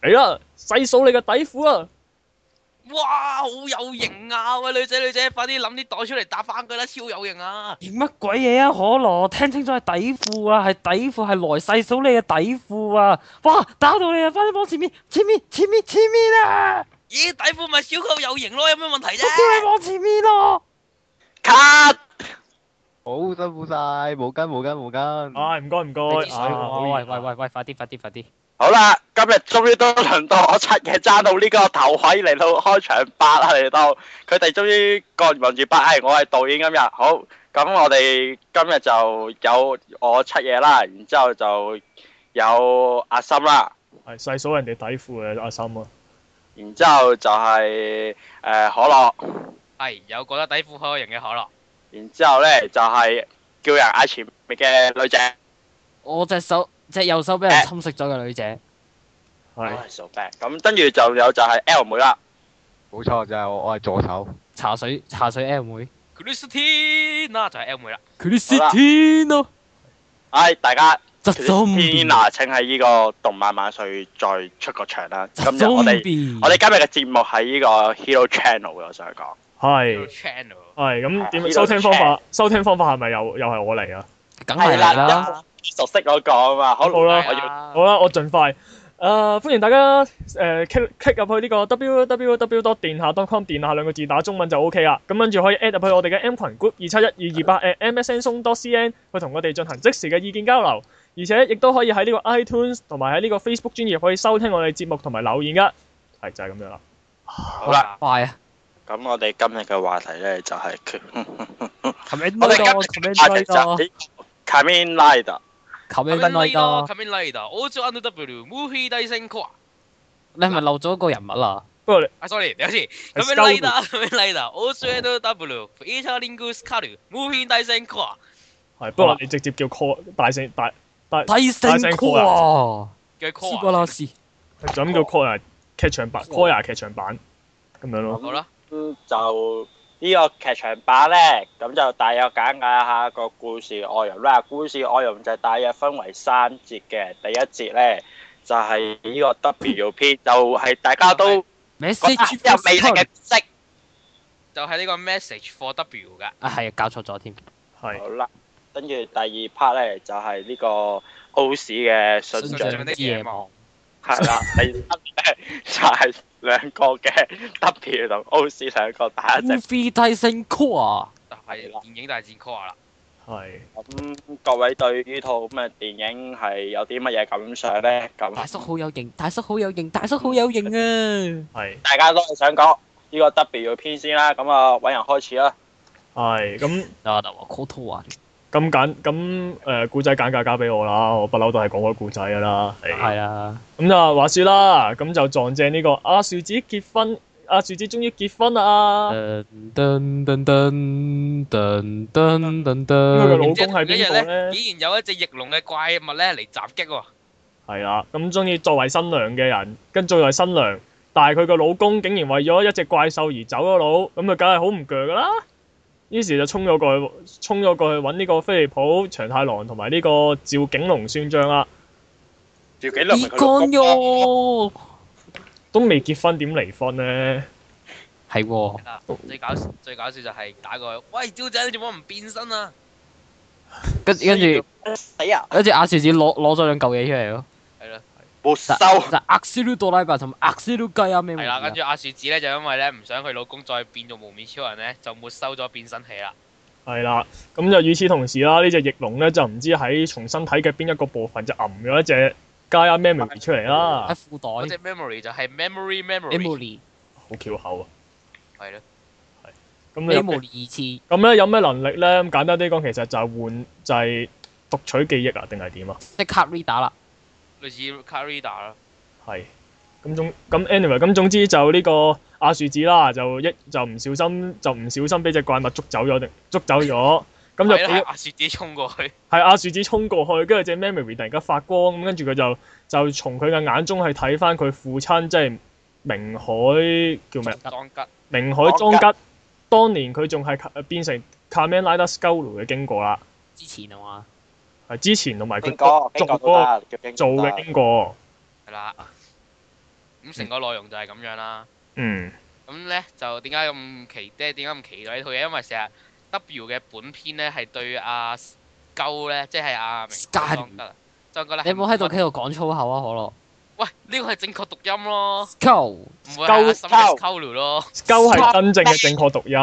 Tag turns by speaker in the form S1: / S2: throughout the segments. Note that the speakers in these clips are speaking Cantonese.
S1: 嚟啦，哎細數你嘅底褲啊！
S2: 哇，好有型啊！喂，女仔女仔，快啲諗啲袋出嚟打翻佢啦，超有型啊！
S3: 型乜鬼嘢啊？可樂，聽清楚係底褲啊，係底褲，係來細數你嘅底褲啊！哇，打到你啊！快啲幫前面，前面，前面，前面啊！
S2: 咦，底褲咪小扣有型咯，有咩問題
S3: 我叫你
S2: 啫？
S3: 往前面咯！
S2: 卡
S4: 好辛苦晒，冇跟冇跟冇跟。
S1: 唉，唔該唔該，啊
S3: 你熱水喎
S1: 好熱
S3: 喂
S1: 啊
S3: 喂喂喂，快啲快啲快啲！
S5: 好啦，今日終於都輪到我七嘢揸到呢個頭位嚟到開場八啦，嚟到佢哋終於過望住八，唉，我係導演今日，好咁我哋今日就有我七嘢啦，然之後就有阿森啦，
S1: 係細數人哋底褲嘅阿心啊！
S5: 然之後就係、誒、可樂，
S2: 係有覺得底褲好有型嘅可樂，
S5: 然之後咧就係、叫人嗌前面嘅女仔，
S3: 我隻手隻右手俾人侵蝕咗嘅女仔，
S1: 係
S5: 唉，so Oh, bad，咁跟住就有就係 L 妹啦，
S4: 冇錯，就係我我係左手。
S3: 茶水茶水 M 妹
S2: Christina 就係 L 妹啦。
S3: ，Christina
S5: 唉，大家。
S3: 就
S5: 天
S3: zombie，
S5: 啊！請喺呢個動漫晚歲再出個場 啦。
S3: 就
S5: 今日我哋
S3: zombie
S5: 我哋今日嘅節目喺呢個 Hero Channel 嘅，我想講。
S1: 係
S2: Channel
S1: 係咁
S5: 呢
S1: 點
S5: 度
S1: 收聽方
S5: check
S1: 法？收聽方法係咪又又係我嚟啊？
S3: 梗係啦，
S5: 啦，熟悉嗰個啊嘛，好
S1: 好啦
S5: 我要
S1: 好啦，我盡快。誒、歡迎大家誒、click click 入去呢個 www dot 電下 dot com 電下兩個字打中文就 OK 啦。咁跟住可以 add 入去我哋嘅 M 群 group 二七一二二八 at msn 松 dot cn 去同我哋進行即時嘅意見交流，而且亦都可以喺呢個 iTunes 同埋喺呢個 Facebook 專頁可以收聽我哋節目同埋留言噶。係就係、咁樣啦。
S5: 好啦。
S3: 快啊！
S5: 咁我哋今日嘅話題咧就嗯係決，
S3: comment
S5: 我哋
S3: 多
S5: 今
S3: 多
S5: 日
S3: ，comment
S5: 嘅話題就
S3: 多多
S5: 係呢個 Kamen Rider。
S3: ，comment 多多。
S2: Kamen Rider，also under W Movie 低聲 core。
S3: 你係咪漏咗一個人物啊？
S1: 不過你
S2: 啊，sorry，有時
S1: 係
S2: Kamen
S1: Scout
S2: Rider，Kamen Rider，also under W Italingus Karu Movie 低聲 core。
S1: 係不過你直接叫 call 大聲啊大大就
S3: 低聲啊
S1: 大聲 call
S3: 哇！
S2: 嘅
S3: 斯巴
S2: core
S3: 拉斯
S1: 咁叫 call 啊劇場版 call 啊劇場版咁樣咯。
S2: 好啦，
S5: 咁嗯就呢個劇場版咧，咁就大約簡介下個故事內容啦。故事內容就大約分為三節嘅，第一節咧就係呢個 W 篇，就係大家都。覺得
S3: message
S5: 有魅力嘅角色。
S2: 就係呢個 message for W 噶。
S3: 啊係啊，搞錯咗添。
S1: 係
S5: 好啦，跟住第二 part 咧就係、呢個奧士嘅信
S2: 信
S5: 象
S2: 象，的夜望
S5: 係啦。第三咧就係、兩個嘅 W 同奧士兩個打一隻。
S3: Movie 低聲 call 啊！
S2: 就係電影大戰 core 啦。
S1: 係
S5: 咁、各位對呢套咁嘅電影係有啲乜嘢感想咧？
S3: 大
S5: 咁
S3: 叔好有型，大叔好有型，大叔好有型啊！
S1: 係。
S5: 大家都係想講呢個 W 篇先啦。咁啊，揾人開始啦。
S1: 係咁
S3: 啊，就話 call to 啊，
S1: 咁簡咁誒古仔簡介交俾我啦，我不嬲都係講開古仔噶啦。係
S3: 係啊，
S1: 咁就話説啦，咁就撞正呢、個阿樹子結婚，阿樹子終於結婚啦！
S3: 噔噔噔噔噔噔
S1: 咁佢
S3: 噔
S1: 嘅老
S3: 噔，
S1: 公係
S2: 一
S1: 邊
S2: 日
S1: 個哦
S2: 咧，
S1: 咧？
S2: 竟然有一隻翼龍嘅怪物咧嚟襲擊喎。
S1: 係啦，咁中意作為新娘嘅人，跟作為新娘，但係佢個老公竟然為咗一隻怪獸而走咗佬，咁佢梗係好唔鋸噶啦。於是就衝咗過去，衝咗過去揾呢個飛利浦長太郎同埋呢個趙景龍算賬啦。
S5: 趙景龍
S3: 伊
S5: 咪佢老
S3: 干
S5: 公咯
S3: 喲，
S1: 都未結婚點離婚呢？
S3: 係喎，
S2: 啊最搞笑最搞笑就係打過去，喂，招仔你做乜唔變身啊？
S3: 跟跟住
S5: 死啊！
S3: 跟住阿小子攞攞咗兩嚿嘢出嚟咯，
S2: 係咯，
S5: 沒
S3: 就
S5: 收。
S3: 就阿斯魯多拉伯同阿斯魯雞啊咩
S2: 係啦，跟住阿雪子咧就因為咧唔想佢老公再變做無面超人咧，就沒收咗變身器啦。
S1: 係啦，咁就與此同時啦，呢只翼龍咧就唔知喺從身體嘅邊一個部分就揞咗一隻加一 memory 出嚟啦
S2: 嗰
S3: 喺，
S1: 哎
S3: 褲袋
S2: 隻 memory 就係 memory memory，
S3: Emily
S1: 好翹口啊！
S2: 係咯，
S1: 咁你有咩
S3: Emily 二次。
S1: 咁咧有咩能力咧？咁簡單啲講，其實就係換就係、讀取記憶啊，定係點啊？
S3: 即刻 reader 啦，
S2: 類似 Carida 啦。
S1: 係咁總咁 anyway 咁總之就呢個阿樹子啦，就一就唔小心就唔小心俾隻怪物捉走咗定捉走咗，咁就
S2: 係啦，
S1: 俾
S2: 係阿雪子衝 過去，
S1: 係阿樹子衝過去，跟住隻 memory 突然間發光，咁跟住佢就就從佢嘅眼中去睇翻佢父親，即係明海叫咩？
S2: 裝吉
S1: 明海莊吉，當年佢仲係卡變成 Kamen Rider s c o l 嘅經過啦，
S3: 之前啊嘛，
S1: 係之前同埋佢
S5: 邊個？邊
S1: 做
S5: 個
S1: 嗰個
S5: 都得？
S1: 做嘅經過，
S2: 係啦。咁成個內容就係咁樣啦。
S1: 嗯
S2: 咁咧就點解咁期即係點解咁期待呢套嘢？因為成日 W 嘅本篇咧係對阿鳩咧，即係阿明
S6: 奸
S2: 莊德啊，莊德咧。
S6: 你唔好喺度喺度講粗口啊，可
S2: 喂，呢個係正確讀音咯，
S6: 樂。Go
S2: 唔會係阿
S1: 鳩
S2: 心嘅 c o 咯。
S1: 鳩係真正嘅正確讀音。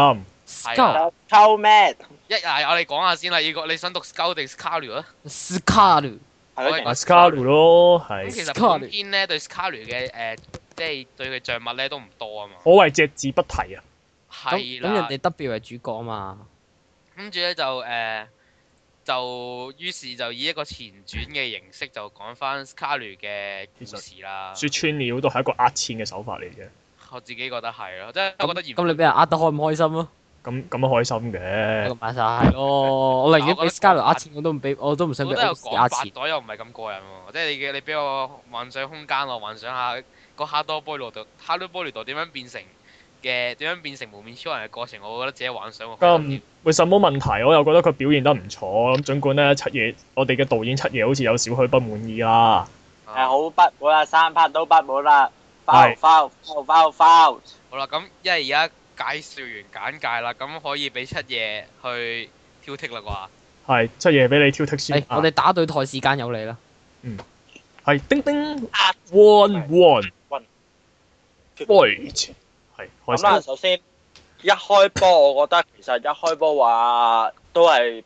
S2: 係
S6: Go
S2: 啊，
S5: 有溝咩？
S2: 一係我哋講下先啦，如果你想讀 c o 定 c o 啊？
S6: s c a r
S5: 係咯，
S1: 阿 s c a r l 咯，
S2: 咁
S1: 係
S2: 其實
S6: Scarlet
S2: 本篇咧對 s c a r 嘅誒，即係對佢象物咧都唔多啊嘛。
S1: 我為隻字不提啊。
S6: 咁
S2: 係
S6: 咁人
S2: 啦，
S6: 哋 W 係主角啊嘛，
S2: 跟住咧就誒、呃就於是就以一個前傳嘅形式就講翻 s c a r 嘅故事啦。
S1: 説穿了都係一個呃錢嘅手法嚟嘅，
S2: 我自己覺得係咯，即係我覺
S6: 咁
S2: 得原
S6: 咁你俾人呃得開唔開心咯？
S1: 咁咁開心嘅。
S6: 咁咪晒係咯，我寧願俾
S2: 我覺得
S6: s c a r 呃錢，我都唔俾，我都唔想
S2: 我
S6: 俾
S2: 覺得有
S6: X
S2: 講
S6: 呃
S2: 八
S6: 錢。
S2: 袋又唔係咁過癮喎，即係你嘅你俾我幻想空間，我幻想下個哈多波羅度哈多波羅度點樣變成嘅點樣變成無面超人嘅過程，我覺得自己幻想過開心啲
S1: 咁冇什麼問題，我又覺得佢表現得唔錯。咁儘管咧七夜，我哋嘅導演七夜好似有少許不滿意啦。
S5: 係
S2: 啊
S5: 好不滿啦，三 part 都不滿啦
S1: 係
S5: ，foul foul foul foul foul，
S2: 好啦，咁因為而家介紹完簡介啦，咁可以俾七夜去挑剔啦
S1: 係七夜俾你挑剔先
S6: 誒，
S1: 啊
S6: 哎我哋打對台時間有你啦。
S1: 係叮叮 one one
S5: 係
S1: wait 係開
S5: 咁啦，
S1: 心。
S5: 首先一開波，我覺得其實一開波話都係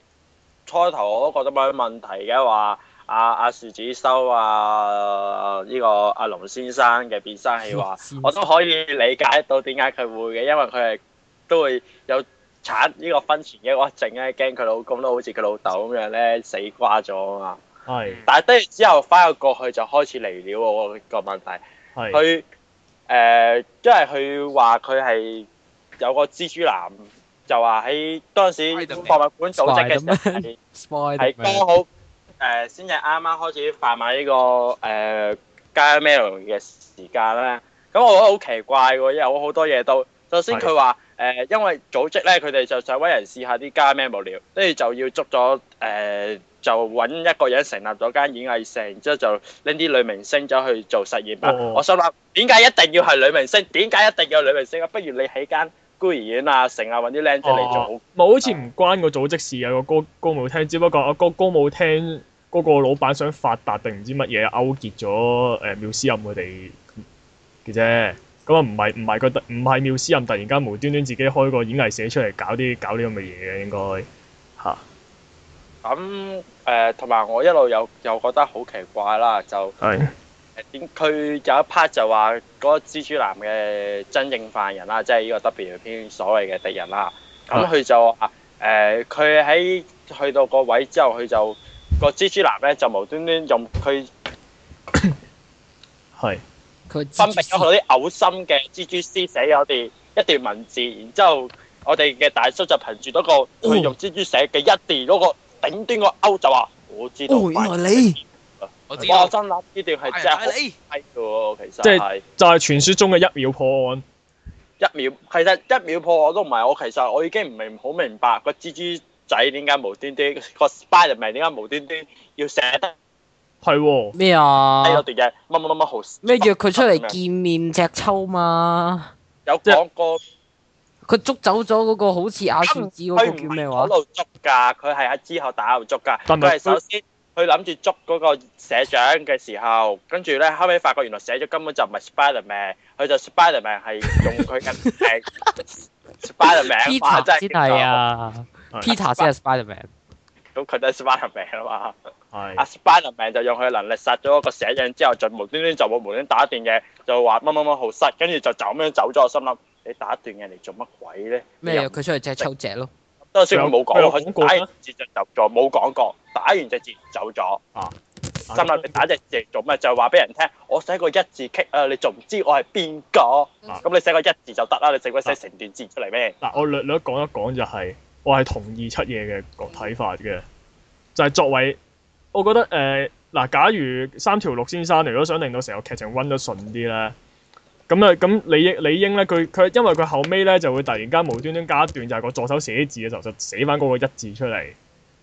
S5: 初頭我都覺得冇乜問題嘅，話阿阿樹子修啊呢、個阿龍先生嘅變身 戲話，
S3: 嗯
S5: 我都可以理解到點解佢會嘅，因為佢係都會有產呢個婚前抑鬱症咧，驚佢老公都好似佢老豆咁樣咧死瓜咗啊嘛。
S1: 係
S2: 啩。
S5: 但係跟住之後翻咗過去就開始嚟料喎個問題。
S1: 係
S5: 佢誒、呃因為佢話佢係有個蜘蛛男，就話喺當時博物館組織嘅時候係係剛
S6: Spider
S5: 好誒先至啱啱開始販賣呢、個誒 g a m e l 嘅時間咧。咁我覺得好奇怪喎，因為我好多嘢都首先
S1: 係
S5: 佢話誒，因為組織咧，佢哋就想揾人試下啲 g a m e l 料，跟住就要捉咗誒、呃就揾一個人成立咗間演藝社，然之後就拎啲女明星走去做實驗啦。
S1: 哦
S5: 我心諗點解一定要係女明星？點解一定要有女明星啊？不如你起間孤兒院啊，成啊揾啲靚仔嚟做好
S1: 冇好似唔關個組織事啊，個歌歌舞廳，只不過啊個歌舞廳嗰個老闆想發達定唔知乜嘢啊勾結咗誒妙思任佢哋嘅啫。咁啊，唔係唔係個突唔係妙思任突然間無端端自己開個演藝社出嚟搞啲搞啲咁嘅嘢嘅應該嚇。
S5: 咁誒，同埋、我一路又又覺得好奇怪啦，就
S1: 係
S5: 誒點佢有一 part 就話嗰個蜘蛛男嘅真正犯人啦，即係呢個 W 篇所謂嘅敵人啦。
S6: 啊
S5: 咁佢就話誒，佢喺去到個位之後，佢就個蜘蛛男咧就無端端用佢
S1: 係
S6: 佢知
S5: 分泌咗佢啲嘔心嘅蜘蛛絲寫咗啲一段文字，然之後我哋嘅大叔就憑住嗰個佢
S6: 哦
S5: 用蜘蛛寫嘅一段嗰個頂端個勾就話我知道
S6: 哦，
S5: 犯人
S6: 原來你
S2: 我知
S5: 哇！
S2: 道，哎
S5: 真諗呢段係真係好
S2: 係你
S5: 低嘅喎，其實
S1: 即
S5: 即
S1: 係
S5: 係
S1: 就係傳説中嘅一秒破案。
S5: 一秒，其實一秒破我都唔係，我其實我已經唔明好明白個蜘蛛仔點解無端端個 Spiderman 點解無端端要寫得
S6: 啊
S1: 係喎，
S6: 咩啊
S5: 低？嗰段嘢乜乜乜乜好
S6: 咩約佢出嚟見面隻抽嘛？
S5: 有
S1: 即係
S5: 講過
S6: 佢捉走咗嗰個好似阿樹子嗰
S5: 佢
S6: 個
S5: 唔
S6: 叫
S5: 係
S6: 咩
S5: 嗰
S6: 話？
S5: 度捉㗎，佢係喺之後打後捉㗎。
S1: 但係
S5: 佢係首先佢諗住捉嗰個社長嘅時候，跟住咧後尾發覺原來社長根本就唔係 Spiderman，佢就 Spiderman 係用佢嘅 名 Spiderman，哇！真
S6: Peter 先
S5: 係
S6: 係啊
S1: 係
S6: ，Peter 先係 Spiderman。
S5: 咁佢都係 Spiderman 啊嘛。阿
S1: 係
S5: Spiderman 就用佢嘅能力殺咗一個社長之後，就無端端就會無端端打斷嘅，就話乜乜乜好失，跟住就就咁樣走咗。我心諗你打斷嘅嚟做乜鬼咧？
S6: 咩約佢出嚟隻抽隻咯？
S5: 當時佢冇講，
S1: 佢有啊
S5: 佢
S1: 講過
S5: 打
S1: 咩
S5: 完字就走咗，冇講過。打完隻字走咗，
S1: 啊
S5: 心諗你打隻字做咩？就係話俾人聽，我寫個一字棘啊，你仲唔知我係邊個？
S1: 啊
S5: 咁你寫個一字就得啦，你整鬼寫成段字出嚟咩？
S1: 嗱，我略略講一講就係、我係同意七夜嘅個睇法嘅，就係、作為我覺得誒嗱、假如三條六先生如果想令到成個劇情温得順啲咧，咁啊咁李英李英咧，佢佢因為佢後尾咧就會突然間無端端加一段就係個助手寫字嘅時候就寫翻嗰個一字出嚟，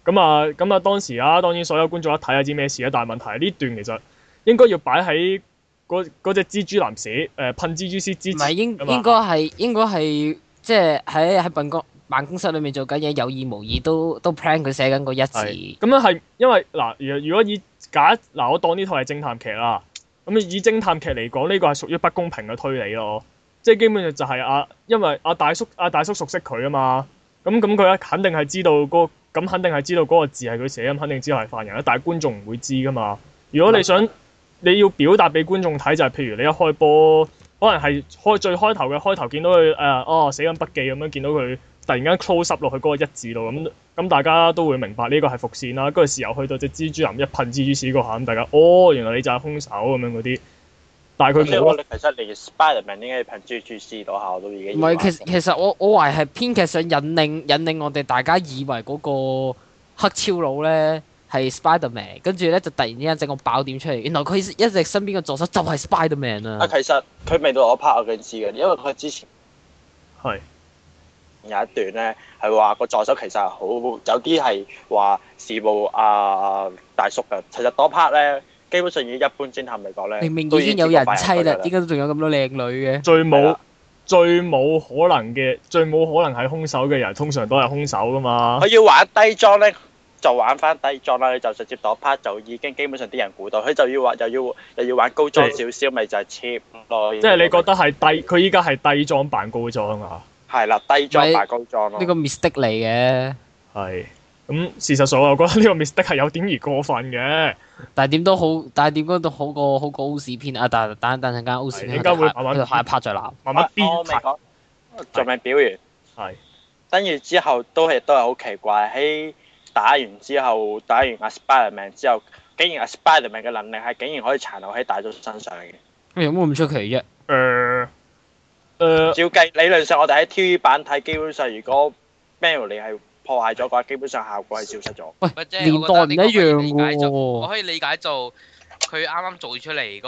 S1: 咁啊咁啊當時啊當然所有觀眾一睇就知咩事啦，但係問題係呢段其實應該要擺喺嗰嗰只蜘蛛男屎誒噴蜘蛛絲之
S3: 唔係
S1: 前，
S3: 應
S1: 咁啊
S3: 應該係應該係即係喺喺辦公辦公室裏面做緊嘢，有意無意都都 plan 佢寫緊個一字。
S1: 咁樣啊係因為嗱，如如果以假嗱我當呢套係偵探劇啦，咁啊以偵探劇嚟講，呢、個係屬於不公平嘅推理咯，即係基本上就係啊，因為阿、大叔阿、大叔熟悉佢啊嘛，咁咁佢肯定係知道嗰、咁肯定係知道嗰個字係佢寫，咁肯定知道係犯人啦，但係觀眾唔會知噶嘛。如果你想你要表達俾觀眾睇，就係、譬如你一開波，可能係開最開頭嘅開頭見到佢誒、哦寫緊筆記咁樣，見到佢突然間 close up 落去嗰個一字度咁。咁大家都會明白呢個係伏線啦。跟住時候去到只蜘蛛男一噴蜘蛛屎嗰下，咁大家哦，原來你就係兇手咁樣嗰啲。但係佢
S5: 咁
S1: 冇啊
S5: 我哋其實連 Spiderman 應該憑 G G C 到下，我都已經
S3: 唔係，其實其實我我懷疑係編劇想引領引領我哋大家以為嗰個黑超佬咧係 Spiderman，跟住咧就突然之間整個爆點出嚟，原來佢一直身邊嘅助手就係 Spiderman
S5: 啊，
S3: 啊！
S5: 其實佢未到我 part 我已經知嘅，因為佢之前
S1: 係
S5: 有一段咧係話個助手其實係好有啲係話事務啊大叔嘅，其實嗰 part 咧基本上以一般偵探嚟講咧，
S3: 明明
S5: 都
S3: 已經有
S5: 知道
S3: 人
S5: 犯
S3: 妻
S5: 人
S3: 啦，
S5: 佢
S3: 點解都仲有咁多靚女嘅？
S1: 最
S5: 係啊
S1: 冇
S5: 啦
S1: 最冇可能嘅最冇可能係兇手嘅人，通常都係兇手噶嘛
S5: 佢。要玩低裝咧，就玩翻低裝啦。你就直接攞 part 就已經基本上啲人估到，佢就要玩又要又要玩高裝
S1: 即
S5: 少少，咪就係 cheap 咯。
S1: 即係你覺得係低，佢依家係低裝扮高裝啊？
S5: 係啦，低裝
S3: 咪
S5: 扮高裝咯。
S3: 呢個 mistake 嚟嘅，
S1: 係。咁事實上，我覺得呢個 mistake 係有點而過分嘅。
S3: 但係點都好，但係點講都好過好過 O 市篇啊！但但但陣間 O 市篇
S1: 係應該會
S3: 喺度下
S1: 慢慢
S3: 喺度下一 part 再鬧。
S1: 慢慢
S5: 啊我
S1: 啊邊
S5: 未講，仲未表完。
S1: 係
S5: 跟住之後都係都係好奇怪，喺打完之後，打完阿 Spiderman 之後，竟然阿 Spiderman 嘅能力係竟然可以殘留喺大叔身上嘅。
S3: 哎有冇咁出奇啫？
S1: 誒誒
S5: 照計理論上，我哋喺 TV 版睇，基本上如果 Melody 係破壞咗嘅話，基本上效果係消失咗。
S3: 喂
S2: 唔係，即係
S3: 年代
S2: 我
S3: 唔
S2: 覺得呢
S3: 一
S2: 個可以
S3: 樣
S2: 理解
S3: 嘅
S2: 做
S3: 喎
S2: 我。可以理解做佢啱啱做出嚟嗰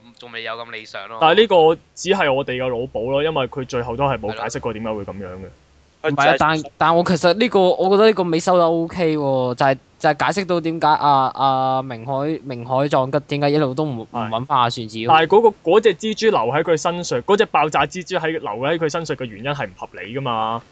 S2: 個仲未有咁理想咯。
S1: 但係呢個只係我哋嘅腦補咯，因為佢最後都係冇解釋過點解會咁樣嘅。
S5: 佢
S3: 唔係啊，
S5: 就
S3: 但
S5: 係
S3: 但我其實呢、個我覺得呢個尾收得 O K 喎，就係、就係、解釋到點解啊啊明海明海撞吉點解一路都唔唔
S1: 係
S3: 揾翻阿船子
S1: 但係嗰、個嗰隻蜘蛛留喺佢身上，嗰隻爆炸蜘蛛喺留喺佢身上嘅原因係唔合理噶嘛？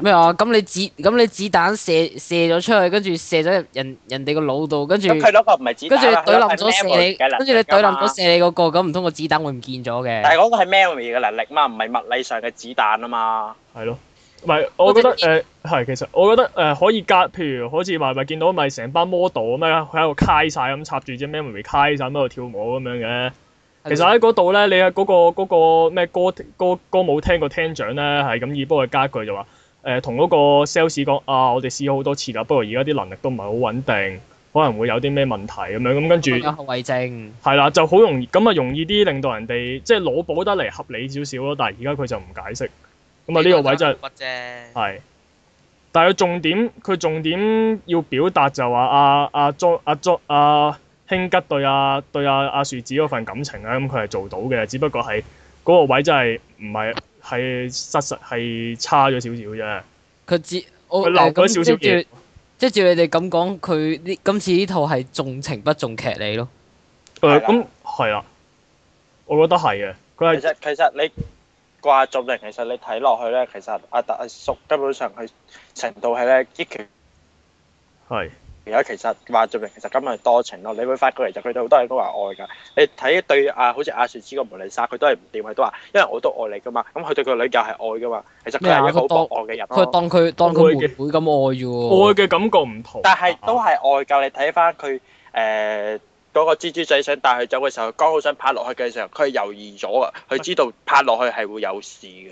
S3: 咩啊？咁你子咁你子彈射射咗出去，跟住射咗入人人哋個腦度，跟住
S5: 咁佢
S3: 跟
S5: 嗰個唔係子彈
S3: 住你懟冧
S5: 啦，佢嗰個
S3: 咗
S5: 係
S3: 射
S5: memory
S3: 你，
S5: 嘅能力㗎嘛
S3: 跟住你懟冧
S1: 啊
S3: 咗射你嗰、個，咁唔通個子彈會唔見咗
S5: 但係
S3: 嘅？
S5: 嗰個係 memory 嘅能力嘛，唔係物理上嘅子彈啊嘛。
S1: 係咯，唔係我覺得誒係、其實我覺得誒、可以加，譬如好似咪咪見到咪成班 model 咁樣佢喺度揩晒咁插住隻 memory 揩晒咁喺度跳舞咁樣嘅。其實喺嗰度咧，你喺嗰、個嗰、個咩歌歌歌舞廳個廳長咧係咁意幫佢加一句就話誒同嗰個 sales 講啊，我哋試咗好多次啦，不過而家啲能力都唔係好穩定，可能會有啲咩問題咁樣咁跟住。
S3: 有後遺症，
S1: 係啦，就好容易咁啊，容易啲令到人哋即係腦補得嚟合理少少咯。但係而家佢就唔解釋，咁啊呢個位真係
S2: 筆啫。
S1: 係。但係佢重點，佢重點要表達就話阿阿莊阿莊阿興吉對阿對阿阿樹子嗰份感情啊，咁佢係做到嘅，只不過係嗰個位真係唔係係失實係差咗少少啫，
S3: 佢只我
S1: 佢留咗
S3: 誒咁
S1: 少少
S3: 跟
S1: 嘢
S3: 住。即係照你哋咁講，佢呢今次呢套係重情不重劇你咯。
S1: 誒
S5: 係啦
S1: 咁係啦，我覺得係嘅，佢
S5: 其
S1: 係
S5: 實其實你掛中力，其實你睇落去咧，其實阿大叔根本上佢成套戲咧，依期
S1: 係
S5: 而家其實掛中力其實根本係多情咯。你會發覺其實佢哋好多嘢都話愛㗎。你睇對啊，好似阿雪之個梅麗莎，佢都係唔掂，佢都話因為我都愛你㗎嘛。咁佢對個女友係愛㗎嘛。其實佢係一個好博愛嘅人
S3: 佢
S5: 咯。
S3: 當佢當佢
S1: 愛
S3: 妹
S1: 哦嘅
S3: 妹咁愛啫
S1: 愛
S3: 喎。
S1: 嘅感覺唔同，啊
S5: 但係都係愛㗎。你睇翻佢誒嗰個蜘蛛仔想帶佢走嘅時候，剛好想拍落去嘅時候，啊佢係猶豫咗㗎。啊佢知道拍落去係會有事嘅。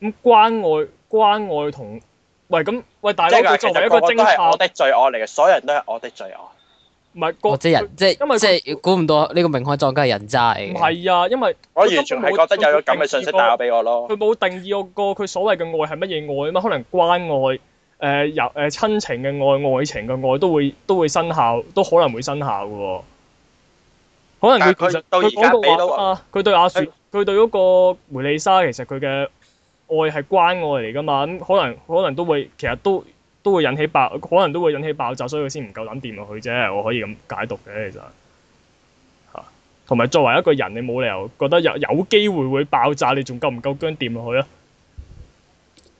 S1: 咁關愛關愛同喂咁喂大
S5: 即
S1: 佬
S5: 係
S1: 佢
S5: 其
S1: 作為
S5: 實
S1: 一
S5: 個
S1: 個
S5: 個
S1: 偵
S5: 都係我
S1: 探，
S5: 的最愛嚟嘅，所有人都係我的最愛。
S1: 唔係個
S3: 或者人即
S1: 因為佢
S3: 係即係估唔到呢個明海撞梗係人渣
S1: 唔
S3: 嚟嘅。
S1: 係啊，因為
S5: 我完全係覺得有咗咁嘅信息帶咗俾我咯。
S1: 佢冇定義過佢所謂嘅愛係乜嘢愛啊嘛，可能關愛誒由誒親情嘅愛、愛情嘅愛都會都會生效，都可能會生效嘅喎。可能
S5: 但
S1: 佢
S5: 係
S1: 其實
S5: 佢到而
S1: 佢
S5: 家俾
S1: 講
S5: 到
S1: 到
S5: 我
S1: 話啊，佢對阿雪
S5: 佢，
S1: 佢對嗰個梅麗莎其實佢嘅愛係關愛嚟㗎嘛，咁可能可能都會其實都都會引起爆，可能都會引起爆炸，所以佢先唔夠膽掂落去啫，我可以咁解讀嘅其實。同埋作為一個人，你冇理由覺得有有機會會爆炸，你仲夠唔夠姜掂落去啊？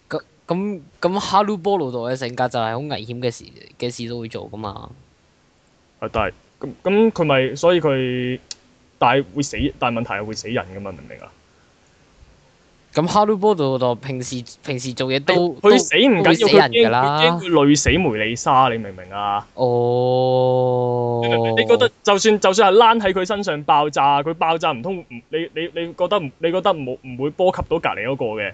S3: 咁咁咁哈魯波魯度嘅性格就係好危險嘅事嘅事都會做噶嘛。
S1: 啊，但係咁咁佢咪所以佢，但係會死，但係問題係會死人噶嘛，明唔明啊？
S3: 咁哈魯波魯度平時平時做嘢都
S1: 佢
S3: 都
S1: 死唔緊
S3: 都
S1: 要，
S3: 會死
S1: 佢
S3: 人
S1: 驚佢
S3: 㗎
S1: 驚
S3: 啦。
S1: 佢累死梅麗莎，你明唔明啊？
S3: 哦
S1: 你明唔明？你覺得就算就算係躝喺佢身上爆炸，佢爆炸唔通唔你你你覺得唔你覺得冇唔會波及到隔離嗰個嘅？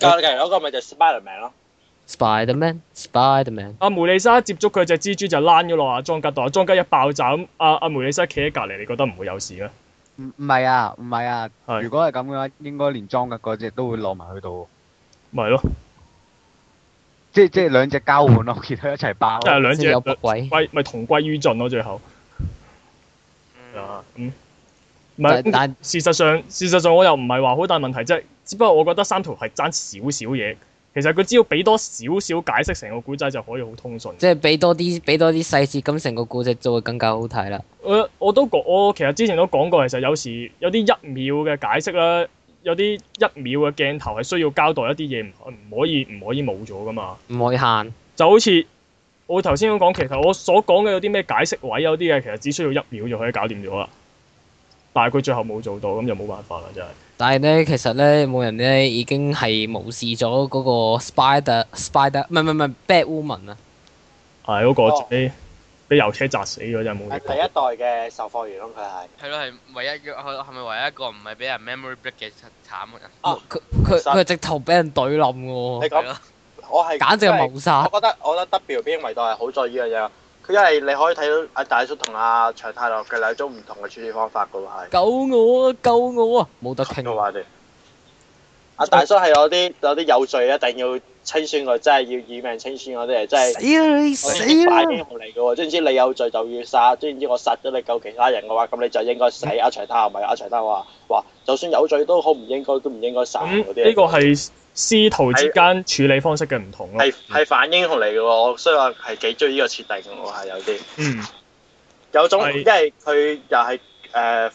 S7: 隔隔嗰個咪就 Spiderman 咯。
S3: Spiderman Spiderman
S1: 阿梅麗莎接觸佢隻蜘蛛就躝咗落阿莊吉度，阿莊吉一爆炸咁，阿阿梅麗莎企喺隔離，你覺得唔會有事咩？
S4: 唔唔係啊，唔係啊。
S1: 係
S4: 如果係咁嘅話，應該連裝嘅嗰只都會落埋去度，
S1: 咪係咯，
S4: 即即係兩隻交換咯， 見到一齊爆
S1: 即。係兩
S3: 哦即係有
S1: 隻
S3: 北位。
S1: 歸咪同歸於盡咯，最後
S2: 嗯
S1: 啊嗯，唔
S3: 但
S1: 係
S3: 但
S1: 事實上，事實上我又唔係話好大問題啫，只不過我覺得三條係爭少少嘢，其實佢只要俾多少少解釋成個古仔就可以好通順。
S3: 即係俾多啲俾多啲細節，咁成個故仔就會更加好睇啦。
S1: 我我都講，我其實之前都講過，其實有時有啲一秒嘅解釋啦，有啲一秒嘅鏡頭係需要交代一啲嘢，唔唔可以唔可以冇咗噶嘛。
S3: 唔可以限。
S1: 就好似我頭先咁講，其實我所講嘅有啲咩解釋位，有啲嘢其實只需要一秒就可以搞掂咗啦。但係佢最後冇做到，咁就冇辦法啦，真係。
S3: 但係咧，其實咧，冇人咧已經係無視咗嗰個 Spider Spider，唔係唔係唔係 Bad Woman 啊，
S1: 係嗰個
S5: 哦
S1: 俾俾油車砸死咗，真係冇
S5: 係
S1: 嘢
S5: 第
S1: 講。
S5: 一代嘅售貨員咯，佢係
S2: 係咯，係唯一嘅，係咪唯一一個唔係俾人 memory break 嘅慘慘嘅人？
S5: 啊！
S3: 佢佢
S5: 其實
S3: 佢係直頭俾人懟冧嘅
S5: 你
S3: 喎，
S2: 係
S5: 講
S2: 咯，
S5: 我係
S3: 哦簡直係謀
S5: 我
S3: 殺。
S5: 覺得我覺得 W 邊維代係好在意呢樣嘢，佢因為你可以睇到阿大叔同阿長太郎嘅兩種唔同嘅處理方法噶喎，係
S3: 救我啊！救我啊！冇得傾
S5: 我話你。阿大叔係有啲有啲有罪，一定要清算佢，真係要以命清算嗰啲嘢，真
S3: 死
S5: 係
S3: 啦你死啦
S5: 擺！啲嚟嘅喎。總之你有罪就要殺，總之我殺咗你救其他人嘅話，咁你就應該死。阿長太郎咪阿長太郎話話，就算有罪都好，唔應該都唔應該殺
S1: 咁
S5: 嗰啲啊嚟。
S1: 呢個係師徒之間處理方式嘅唔同咯。
S5: 係係反英雄嚟嘅喎，我所以話係幾中意呢個設定嘅，我係有啲
S1: 嗯，
S5: 有種，
S1: 係
S5: 因為佢又係誒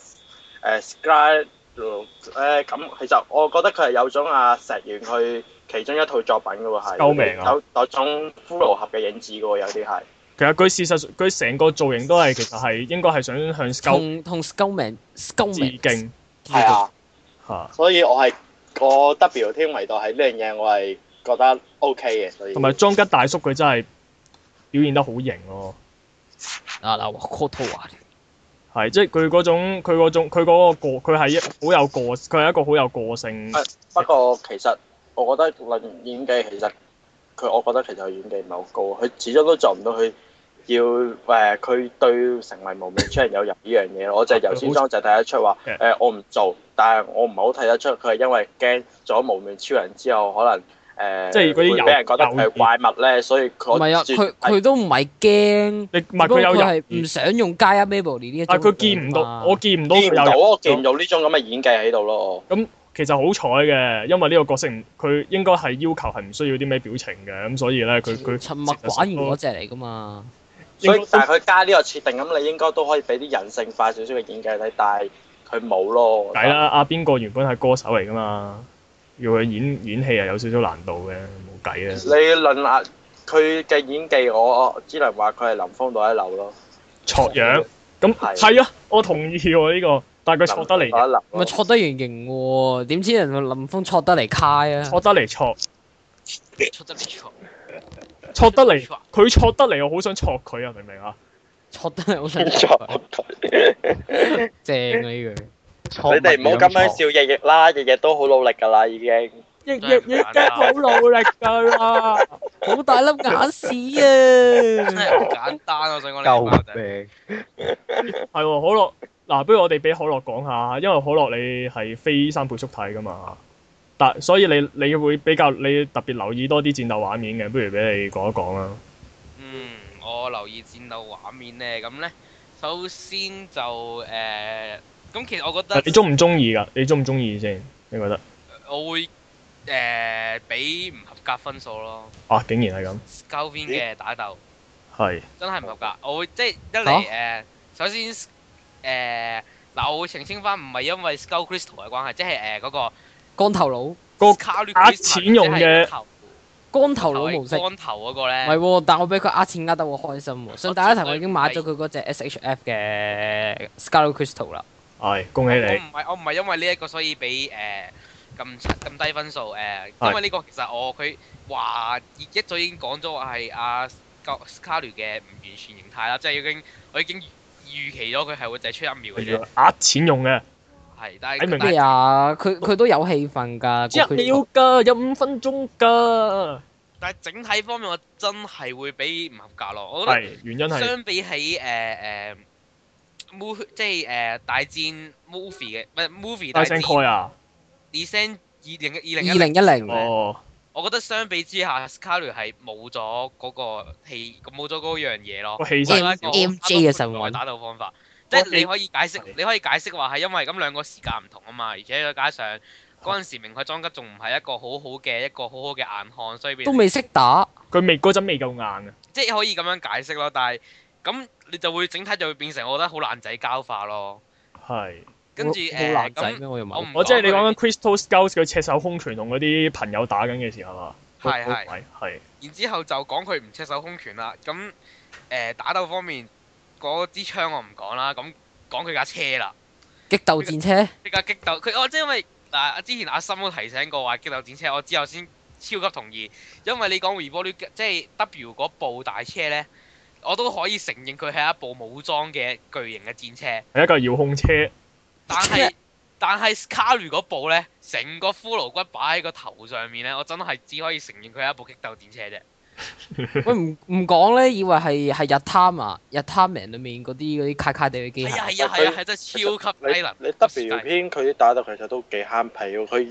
S5: 誒 Sky 誒咁，其實我覺得佢係有種阿石原去其中一套作品嘅喎，係
S1: 救命啊
S5: 有有種骷髏俠嘅影子嘅喎，有啲係
S1: 其實佢事實上佢成個造型都係其實係應該係想向 Scout
S3: 同同 Skullman
S1: 致
S3: Skullman
S1: 敬
S5: 係
S1: 嗯
S5: 啊，
S1: 嚇，
S5: 所以我係我 W 天維度係呢樣嘢，我係覺得 OK 嘅，所以
S1: 同埋莊吉大叔佢真係表現得好型咯。
S3: 啊嗱 c o t o 啊，
S1: 係，即係佢嗰種，佢嗰種，佢嗰個個，佢係一好有個，佢係一個好有個性。
S5: 係不過其實我覺得論演技，其實佢我覺得其實佢演技唔係好高，佢始終都做唔到佢要誒佢、對成為無面超人有入呢樣嘢。我就
S1: 啊
S5: 係由先裝就睇得出話誒、呃我唔做，但係我唔係好睇得出佢係因為驚做咗無面超人之後，可能誒、呃、
S1: 即係嗰啲
S5: 會
S1: 有
S5: 俾人覺得佢係怪物咧，所以
S3: 唔
S5: 佢
S3: 係啊，佢佢都唔係驚，
S1: 你唔係
S3: 不過
S1: 佢有
S3: 佢係
S1: 人啊
S3: 唔，想用加一 Mabel 呢一種
S1: 但
S3: 啊
S1: 係佢見唔到，
S3: 嘛
S1: 我見唔到佢
S5: 見唔
S1: 有
S5: 到
S1: 人。
S5: 我見唔到呢種咁嘅演技喺度咯。
S1: 其實好彩嘅，因為呢個角色唔，佢應該係要求係唔需要啲咩表情嘅，咁所以咧佢佢
S3: 沉默寡言嗰只嚟噶嘛。
S5: 所
S1: 應
S5: 以
S1: 該
S5: 但係佢加呢個設定，咁你應該都可以俾啲人性化少少嘅演技睇，但係佢冇咯。我覺得
S1: 計啦，阿邊個原本係歌手嚟噶嘛，要佢演演戲係有少少難度嘅，冇計
S5: 你
S1: 啦。
S5: 論啊，佢嘅演技，我我只能話佢係林峰度一流咯。
S1: 錯樣咁
S5: 係
S1: 係啊，我同意喎呢個，但係佢錯得
S5: 林峰
S1: 嚟，
S5: 度一流
S3: 咪
S5: 咯。
S3: 錯得型型喎，點知人林峰錯得嚟卡啊！
S1: 錯得嚟錯，
S2: 出得嚟錯，
S1: 錯得嚟，佢錯得嚟，我好想錯佢啊，明唔明啊？
S3: 錯得嚟好想
S7: 錯
S3: 錯佢，正啊呢句。
S4: 錯
S5: 你哋唔好咁樣笑日日啦，日日都好努力㗎啦，已經。
S1: 亦亦
S2: 真係唔
S1: 亦
S2: 簡
S1: 都
S2: 單
S1: 好努力㗎啦。
S3: 好大粒眼屎啊
S2: 真！係唔簡單啊！我想講你阿媽
S4: 救
S2: 仔
S4: 命！
S1: 係喎，可樂嗱，不如我哋俾可樂講下，因為可樂你係非三倍速睇噶嘛，但所以你你會比較你特別留意多啲戰鬥畫面嘅，不如俾你講一講啊啦。
S2: 嗯，我留意戰鬥畫面咧，咁咧首先就誒，咁、其實我覺
S1: 嗱
S2: 得
S1: 你中唔中意㗎？你中唔中意先？你覺得
S2: 我會誒俾唔合格分數咯。
S1: 啊，竟然係咁，
S2: 交邊嘅打鬥
S1: 係哦
S2: 真係唔合格，我會即係一嚟誒首先誒嗱、我會澄清翻，唔係因為 Skull Crystal 嘅關係，即係誒嗰個
S3: 光頭佬，
S1: 個
S2: Scarlet
S1: 呃
S2: Crystal，
S1: 錢用嘅
S2: 即係個頭
S3: 光頭
S2: 頭
S3: 佬模式。
S2: 係光頭嗰個
S3: 唔
S2: 咧
S3: 係。喎，但我俾佢呃錢呃得我開心喎，所以大家提我已經買咗佢嗰只 SHF 嘅 Scarlet Crystal 啦。
S1: 係恭喜
S2: 我
S1: 你，
S2: 唔係我唔係因為呢一個所以俾誒咁七咁低分數誒、因為呢個其實我佢話已一早已經講咗話係阿 Scarlet 嘅唔完全形態啦，即係已經我已經預期咗佢係會就係出一秒嘅啫，
S1: 呃錢用嘅，
S2: 係但
S1: 你
S2: 係
S1: 明
S2: 但
S1: 白
S2: 係
S3: 咩啊？佢佢都有氣氛㗎，個
S1: 一
S3: Crystal
S1: 秒㗎，有五分鐘㗎，
S2: 但係整體方面我真係會俾唔合格咯，我覺得
S1: 係原因係
S2: 相比起誒誒。呃 move 即係誒、大戰 movie 嘅，唔係 movie
S1: 大
S2: 大
S1: 聲
S2: 戰
S1: 開啊，
S2: Descent 二零二零一
S3: 二零一零，
S1: 哦。
S2: 我覺得相比之下 s c a r l e 係冇咗嗰個氣，冇咗嗰樣嘢咯。
S1: 個氣
S2: 或者
S1: 勢
S2: 一個
S3: MJ 嘅神韻
S2: 打鬥方法，即係你可以解釋，你可以解釋話係因為咁兩個時間唔同啊嘛，而且再加上嗰陣時明確裝吉仲唔係一個好好嘅一個好好嘅硬漢，所以變
S3: 都未識打，
S1: 佢未嗰陣未夠硬啊，
S2: 即係可以咁樣解釋咯。但係咁你就會整體就會變成我覺得好爛仔交化咯。
S1: 係。
S2: 跟住
S3: 冇
S2: 誒
S3: 冇男仔
S2: 咁，
S3: 咩？我又
S2: 我
S3: 問
S2: 唔。
S1: 我即係你講緊
S2: 講佢
S1: Crystal Skulls 佢赤手空拳同嗰啲朋友打緊嘅時候啊，
S2: 係係。
S1: 係係
S2: 然之後就講佢唔赤手空拳啦。咁誒、呃打鬥方面，嗰支槍我唔講啦。咁講佢架車啦，
S3: 激鬥戰車，
S2: 佢架激鬥佢我哦即係因為嗱，之前阿森都提醒過話激鬥戰車，我之後先超級同意，因為你講 r e v o l u 即係 W 嗰部大車咧，我都可以承認佢係一部武裝嘅巨型嘅戰車，
S1: 係一個遙控車，
S2: 但 係。但係 Scaru 嗰部咧，成個骷髏骨擺喺個頭上面咧，我真係只可以承認佢係一部激鬥戰車啫。
S3: 喂唔唔講咧，以為係係日貪啊，日貪名裏面嗰啲嗰啲卡卡地嘅機
S8: 哎
S2: 係啊
S3: 械，
S2: 係啊係啊係真係超級低能。
S8: 你 W 篇佢啲打鬥其實都幾慳皮喎，佢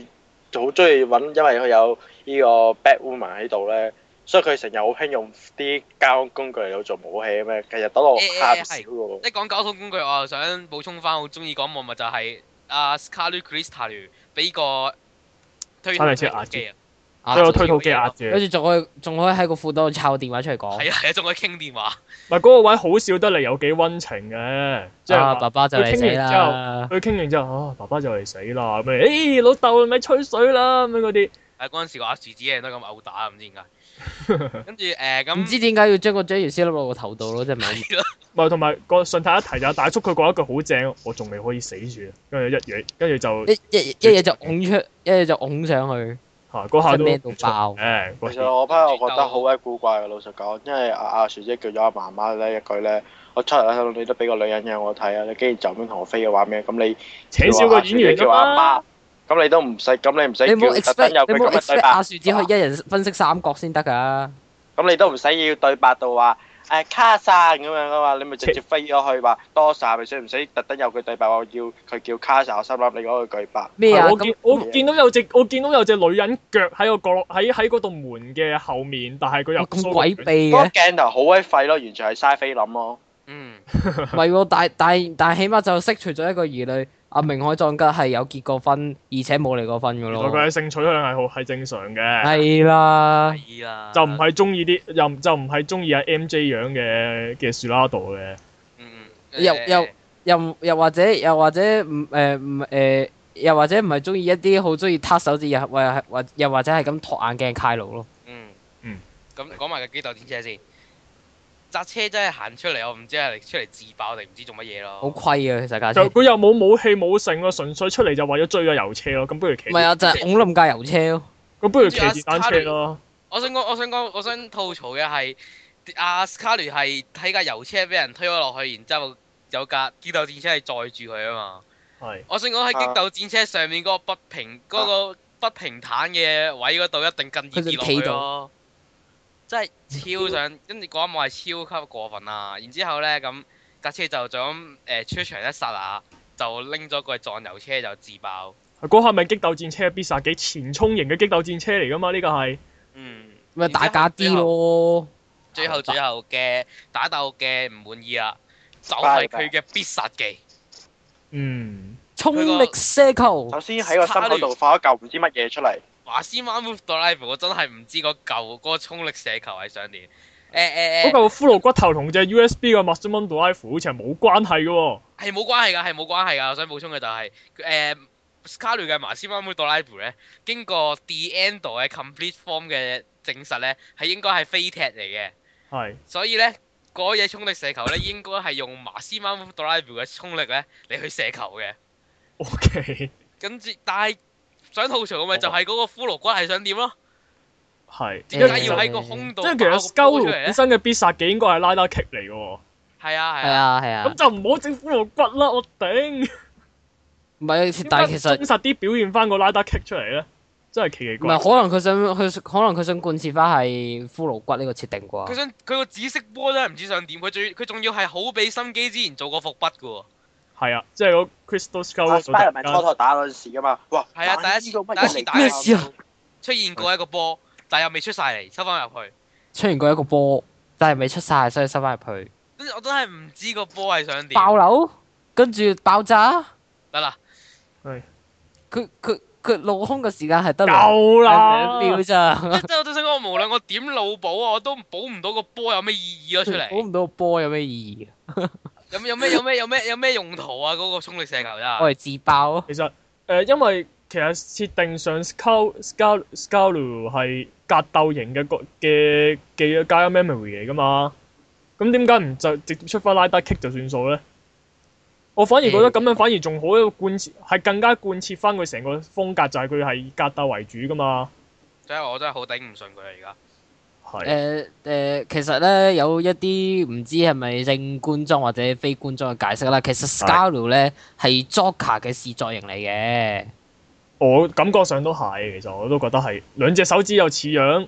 S8: 好中意揾，因為佢有呢個 Batwoman 喺度咧，所以佢成日好興用啲交通工具嚟到做武器咁樣，其實打落
S2: 誒
S8: 慳
S2: 誒
S8: 唔少
S2: 係
S8: 嘅喎。
S2: 一講交通工具，我又想補充翻，好中意講幕物就係阿 Scarlet Crystal 俾個推
S1: 山地車壓
S2: 機啊，
S3: 啊
S1: 所以我推土機壓住。
S3: 跟住仲可以仲可以喺個褲袋度抄個電話出嚟講。
S2: 係啊係啊，仲可以傾電話，
S1: 唔係嗰個位好笑得嚟有幾温情嘅，即係話
S3: 啊，爸爸就嚟死
S1: 佢傾完之
S3: 啦！
S1: 佢傾完之後，啊爸爸就嚟死啦咁樣，誒老豆你咪吹水啦咁樣嗰啲，
S2: 係嗰陣時個阿樹子人都咁毆打，唔知點解。跟住誒
S3: 唔知
S2: 咁
S3: 點解要將個章魚絲笠落個頭度咯，真係唔係好明
S2: 係咯，
S1: 唔係同埋個順帶一提就係大叔佢講一句好正，我仲未可以死住，跟住一嘢，跟住就
S3: 一一一嘢就拱出，一嘢就拱上去，
S1: 嚇啊嗰下
S3: 真
S1: 都
S3: 係孭到爆。
S1: 誒嗰
S8: 其實我班我覺得好鬼古怪嘅，老實講，因為阿阿樹姐叫咗阿媽媽咧一句咧，我出嚟睇到你都俾個女人嘅我睇啊，你竟然就咁同我飛嘅話咩？咁你
S1: 請少個演員
S8: 叫
S1: 㗎
S8: 阿
S1: 嘛
S8: 媽，，咁你都唔使，咁你唔使
S3: 你冇
S8: 叫特登
S3: expect，
S8: 有
S3: 你
S8: 佢咁
S3: 冇
S8: 嘅對
S3: expect
S8: 白
S3: 阿。樹只可以一人分析三角先得㗎。
S8: 咁你都唔使要對白到話誒卡散咁樣噶嘛，你咪直接飛咗去話多晒咪先，唔使特登有句對白話我要佢叫卡散，我心諗你嗰句對白。
S3: 咩
S1: 係
S3: 啊？
S1: 我
S3: 咁
S1: 見我見到有隻我見到有隻女人腳喺個角落喺喺嗰度門嘅後面，但係佢又
S3: 哇咁
S1: 縮
S3: 鬼
S1: 個
S8: 嗰
S1: 樣
S3: 秘
S8: 個
S5: 啊
S3: 嘅，
S8: 鏡頭好鬼廢咯，完全係嘥菲林咯。
S2: 嗯，
S3: 唔係喎，但但但起碼就釋除咗一個疑慮，阿明海葬吉係有結過婚，而且冇離過婚㗎
S1: 原來佢
S3: 咯。
S1: 嘅性取向係好係正常嘅，
S3: 係啦，
S2: 係啦，
S1: 就唔係中意啲又就唔係中意阿 M J 樣嘅嘅樹拉度嘅，
S2: 嗯，嗯
S3: 又
S2: 誒
S3: 又又又或者又或者唔誒唔誒，又或者唔係中意一啲好中意撻手指，又或或又或者係咁托眼鏡嘅 Kylo 咯。
S2: 嗯
S1: 嗯，
S2: 咁講埋個機鬥戰車先，扎車真係行出嚟，我唔知係出嚟自爆定唔知做乜嘢咯。
S3: 好啊虧嘅其實架車
S1: 就。佢又冇武器冇剩喎，純粹出嚟就為咗追架油車咯，咁不如騎
S3: 唔係啊，就係拱冧架油車咯。
S1: 咁不如騎電單車咯，
S2: 我想講，我想講，我想吐槽嘅係阿 s c a r l e 係睇架油車俾人推咗落去，然之後有架激鬥戰車係載住佢啊嘛。
S1: 係
S2: 我想
S3: 啊
S2: 講喺激鬥戰車上面嗰個不平嗰、個不平坦嘅位嗰度，一定更易跌落去
S3: 佢就企
S2: 咯。真係超上，跟住嗰一幕係超級過分啊！然之後咧咁架車就就咁誒出場一剎那，就拎咗個撞油車就自爆。
S1: 嗰下咪激鬥戰車必殺技前衝型嘅激鬥戰車嚟噶嘛？呢個係
S2: 嗯，
S3: 咪
S2: 然之後
S3: 啊大架啲
S2: 最後
S3: 咯。
S2: 最後最後嘅打鬥嘅唔滿意啊，就係
S8: Spider-Man
S2: 佢嘅必殺技，
S1: 嗯
S3: 衝
S2: 佢個
S3: 力射球，
S8: 首先喺個心口度放一嚿唔知乜嘢出嚟，
S2: 華斯曼 move 到 live，我真係唔知嗰嚿嗰個衝力射球係想點。誒
S1: 嗰
S2: 誒誒，
S1: 嚿骷髏骨頭同隻 USB 嘅 Maximum Drive 好似係冇關係嘅喎。
S2: 係冇關係㗎，係冇關係㗎。我想補充嘅就係誒 Scarlet 嘅麻斯馬姆多拉布咧，經過 The End 嘅 Complete Form 嘅證實咧，係應該係飛踢嚟嘅。
S1: 係
S2: 所以咧，嗰嘢衝力射球咧，應該係用麻斯馬姆多拉布嘅衝力咧嚟去射球嘅。
S1: ，OK，
S2: 跟住，但係想吐槽嘅咪就係嗰個骷髏骨係想點咯？
S1: 係。
S3: 嗯
S2: 點解要喺個空度
S1: 即
S2: 爆
S1: 係
S2: 個
S1: 其實 s c
S2: 波出嚟咧
S1: 本？身嘅必殺技應該係拉拉 kick 嚟嘅喎，
S2: 係啊係
S3: 係
S2: 啊，
S3: 啊係啊
S1: 咁，就唔好整骷髏骨啦，我頂。
S3: 唔係，但係其
S1: 點
S3: 實
S1: 解唔忠實啲表現翻個拉拉 kick 出嚟咧，真係奇奇
S3: 唔
S1: 怪。
S3: 係可能佢想佢可能佢想貫徹翻係骷髏骨呢個設定
S2: 佢
S3: 啩？
S2: 想佢個紫色波真係唔知想點，佢最佢仲要係好俾心機之前做過伏筆嘅喎。
S1: 係啊，即係嗰 Crystal Skull 嗰度突
S8: 啊 Spiderman
S1: 然
S8: 初
S1: 間
S8: 頭打嗰陣時噶嘛，哇！
S2: 係啊
S8: 打
S2: 第一
S8: 呢個乜
S2: 第一次
S8: 嘢嚟
S2: 打
S8: 㗎
S3: 咩事啊？
S2: 出現過一個波，但又未出晒嚟，收翻入去。
S3: 出完過一個波，但係未出晒，所以收翻入去。
S2: 跟住我真係唔知個波係想點。
S3: 爆樓，跟住爆炸。
S2: 得啦，
S3: 佢佢佢露空嘅時間係得兩
S1: 夠啦
S3: 兩，秒咋，
S2: 即係我都想講，無論我點腦補啊，我都補唔到個波有咩意義啊咯出
S1: 嗯
S3: 估
S2: 嚟。
S3: 唔到個波有咩意義啊
S2: 有有咩有咩有咩有咩用途啊？嗰個衝力射球真
S3: 啊？
S2: 係。
S3: 我哋自爆咯，
S1: 其實誒、呃因為其實設定上 Scal Scal Scalu 係格鬥型嘅角嘅嘅加 memory 嚟噶嘛，咁點解唔就直接出翻拉打 kick 就算數咧？我反而覺得咁樣反而仲好，一個貫徹係更加貫徹翻佢成個風格，就係佢係以格鬥為主噶嘛。
S2: 真係我真係好頂唔順佢啊而家。
S1: 係、
S3: 誒誒，其實咧有一啲唔知係咪正官裝或者非官裝嘅解釋啦。其實 s c a r l 咧係 Joker 嘅視作型嚟嘅，
S1: 我感覺上都係，其實我都覺得係兩隻手指又似樣，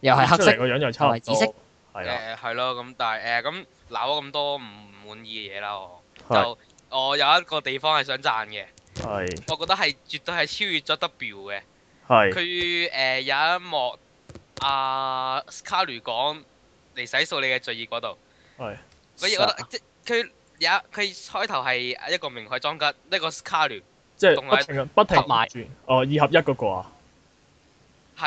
S3: 又係黑
S1: 出
S3: 色
S1: 嚟，個樣又差唔
S3: 又係紫色
S1: 多，係啦。
S2: 誒係咯，咁但係誒咁鬧咗咁多唔滿意嘅嘢啦，我
S1: 係
S2: 就我有一個地方係想讚嘅，
S1: 係
S2: 我覺得係絕對係超越咗 W 嘅。
S1: 係
S2: 佢誒、有一幕阿卡魯講嚟洗掃你嘅罪孽嗰度，
S1: 係
S2: 所以我覺得即佢有一佢開頭係一個明海裝吉，一個卡魯
S1: 即係
S2: 同埋
S1: 不停不停
S3: 合埋
S1: 轉哦，二合一嗰個啊，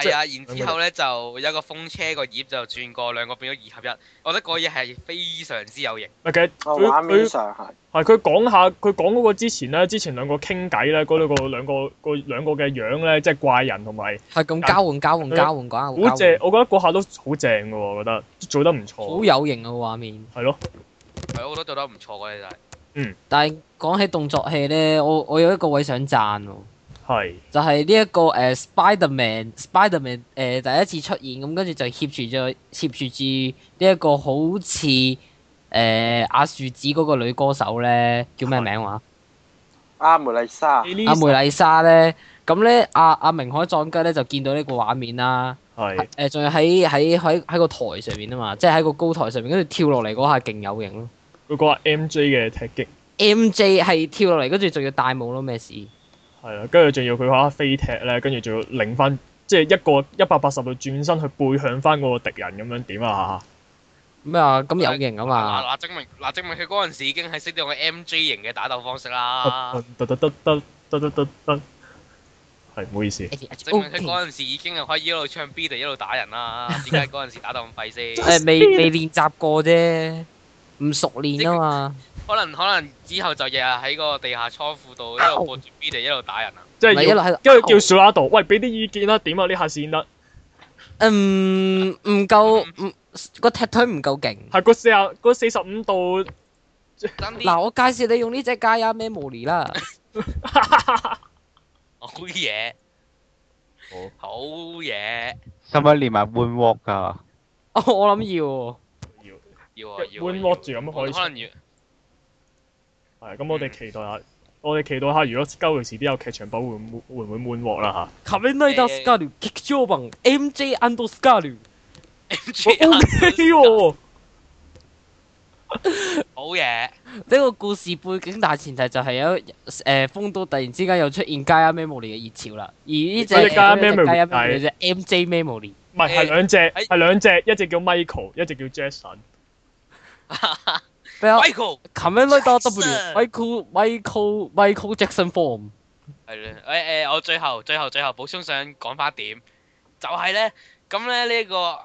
S1: 即
S2: 係啊，然之後咧就有一個風車個葉就轉過兩個變咗二合一，我覺得嗰嘢係非常之有型。
S1: 唔係其
S3: 哦
S8: 我
S1: 實
S8: 哦畫
S1: 佢
S8: 面
S1: 佢
S8: 上係
S1: 係佢講下佢講嗰個之前咧，之前兩個傾偈咧，嗰兩個兩個個兩個嘅樣咧，即係怪人同埋
S3: 係咁交換交換
S1: 佢
S3: 交換講下換
S1: 啊好
S3: 交
S1: 正
S3: 換，，
S1: 我覺得嗰下都好正嘅喎，我覺得做得唔
S3: 好
S1: 錯，
S3: 有型嘅畫面。
S1: 係咯，
S2: 係我覺得做得唔錯嘅，真係
S3: 但係講起動作戲咧，我我有一個位想讚喎。
S1: 係
S3: 就係呢一個誒、呃 Spiderman Spiderman 誒、呃第一次出現咁，跟住就協住咗協住住呢一個好似誒阿樹子嗰個女歌手咧，叫咩名話？
S8: 阿梅麗莎，
S3: 啊阿梅麗莎咧，咁咧阿阿明海撞吉咧就見到呢個畫面啦。
S1: 係
S3: 誒仲要喺喺喺喺個台上面啊嘛，即係喺個高台上面，跟住跳落嚟嗰下勁有型咯。
S1: 佢講下 MJ 嘅踢擊
S3: M.J. 係跳落嚟，跟住仲要戴帽咯，咩事？
S1: 係啦，跟住仲要佢嗰下飛踢咧，跟住仲要擰翻即係一個一百八十度轉身去背向翻嗰個敵人咁樣點啊
S3: 咩啊？咁有型啊嘛！
S2: 嗱嗱證明嗱證明佢嗰陣時已經係識用 MJ 型嘅打鬥方式啦，
S1: 得得得得得得得得，係唔好意思。
S2: 證明佢嗰陣時已經係可以一路唱 B 地一路打人 啦，點解嗰陣時打到咁廢 先？
S3: 誒呃 未未練習過啫，唔熟練啊嘛。
S2: 可能可能之後就日日喺個地下倉庫度一路播住 B 地一路打人啊！
S1: 即係
S3: 咪一路
S1: 要
S3: 喺度
S1: 跟住叫小拉度，喂，俾啲意見啦，點啊呢下先得，
S3: 嗯，唔夠，唔個踢腿唔夠勁。
S1: 係嗰四啊嗰四十五度，
S2: 爭啲
S3: 嗱，我介紹你用呢只加亞 memory 啦，
S2: 好嘢，好嘢，
S4: 使唔使連埋換鑊㗎？
S3: 我 我諗要喎。
S2: 要啊
S1: 一
S2: 要啊！
S1: 般
S2: 要啊
S1: lock 住咁可以
S2: 可能要
S1: 係咁我
S2: 嗯
S1: 哋期待下，我哋期待下，如果交佢遲啲有劇場版會唔會會唔會滿鑊啦
S3: Kamen Rider
S2: 誒
S3: Scarlet Kick Joban MJ Under Scarlet，
S1: 嚇
S2: MJ
S1: 我 OK
S2: 啊
S1: 喎，
S2: 好嘢，
S3: 呢個故事背景大前提就係有誒風都突然之間又出現加亞 memory 嘅熱潮啦，而呢只
S1: 嗰隻加
S3: 加
S1: 亞
S3: 亞
S1: memory
S3: memory 就 MJ memory。
S1: 唔係係
S2: 誒
S1: 兩隻
S2: 喺
S1: 係兩隻，一隻叫 Michael，一隻叫 Jason，
S3: 俾我
S2: Michael
S3: Kamen Rider W
S2: Jackson
S3: Michael Michael Michael Jackson form。
S2: 係咧，誒、誒，我最後最後最後補充想講翻一點，就係、呢。咧，咁咧呢、呢個誒、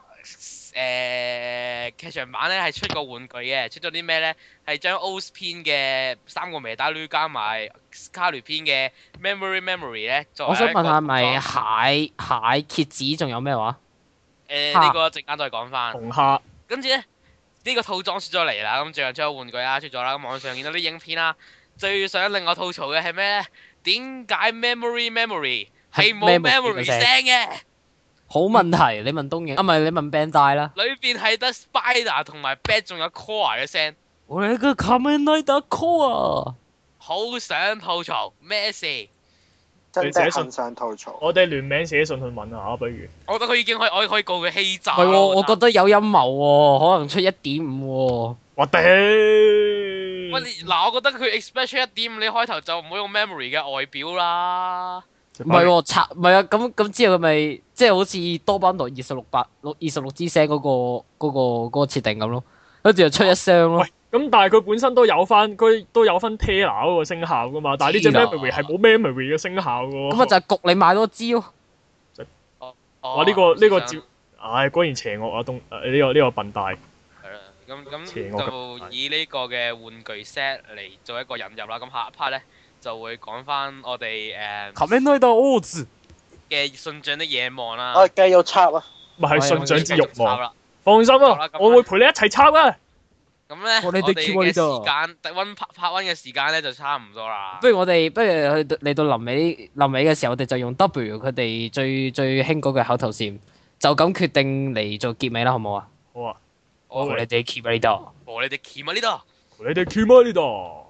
S2: 誒劇場版咧係出個玩具嘅，出咗啲咩咧？係將 Oz 編嘅三個微打女加埋卡雷編嘅 Memory Memory 咧，作為
S3: 我想
S2: 一個
S3: 問下，
S2: 服
S3: 咪
S2: 裝
S3: 蟹蟹蝎子仲有咩話？
S2: 誒
S3: 嚇
S2: 呢個一陣間再講翻。
S1: 紅蝦
S2: 跟住咧，呢個套裝出咗嚟啦，咁最近出咗玩具啦，出咗啦，咁網上見到啲影片啦。最想令我吐槽嘅係咩咧？點解 Memory Memory 係冇
S3: 係 memory
S2: Memory 聲嘅？
S3: 好問題，你問東影啊，唔係你問 Bandai 啦。
S2: 裏邊係得 Spider 同埋 Bat 仲有 Core 嘅聲，
S3: 我哋個 Kamen Rider Core 啊！
S2: 好想吐槽咩事？
S1: 你
S8: 真
S1: 寫
S8: 係
S1: 信
S8: 恨上吐槽。
S1: 我哋聯名寫信去問下，不如
S2: 我覺得佢已經可以，我可以告佢欺詐
S3: 唔
S2: 啦。
S3: 係喎，我覺
S2: 覺得
S3: 得有陰謀喎，可能出一點五喎。
S1: 我
S2: 喂，
S1: 頂。
S2: 你嗱，我覺得佢 especially 一點，你開頭就唔好用 memory 嘅外表啦。
S3: 唔係喎，拆唔係啊，咁咁之後佢咪即係好似多班羅二十六八六二十六支聲嗰個嗰個嗰個設定咁咯，跟住就出一箱咯
S1: 喂。咁但係佢本身都有翻，佢都有分 Terra 嗰個聲效噶嘛，但係呢只
S3: 知啦
S1: Memory 係冇 Memory 嘅聲效噶喎。
S3: 咁啊就係焗你買多支咯。
S2: 哦
S1: 哇！呢個呢個
S2: 係
S1: 照，唉，果然邪惡啊，東誒呢個呢個笨大。
S2: 啦。咁
S1: 邪
S2: 咁
S1: 惡嘅
S2: 就以呢個嘅玩具 set 嚟做一個引入啦。咁下一 part 咧就會講翻我哋誒
S3: Kamen Rider Oz
S2: 嘅信長的野望啦。
S8: 我繼續插啊！
S1: 咪係
S3: 喂
S1: 信長之欲
S2: 繼續炒
S1: 望。
S2: 啦。
S1: 放心
S2: 好
S1: 啊
S2: 啦，咁
S1: 我會陪你一齊插啊！
S2: 咁咧，
S3: 我
S2: 我
S3: 哋
S2: 哋
S3: 對
S2: 嘅
S3: keyword
S2: 時間，特温拍拍温嘅時間咧就差唔多啦。
S3: 不如我哋不如去到嚟到臨尾臨尾嘅時候，我哋就用 W 佢哋最最興嗰句口頭禪，就咁決定嚟做結尾啦，好唔好啊？
S1: 好啊，
S2: 我
S3: 我
S2: 哋哦
S3: 哋 keep 喺呢度。
S2: 我哋哋鉗喺呢度。
S1: 你哋 Q 呢度。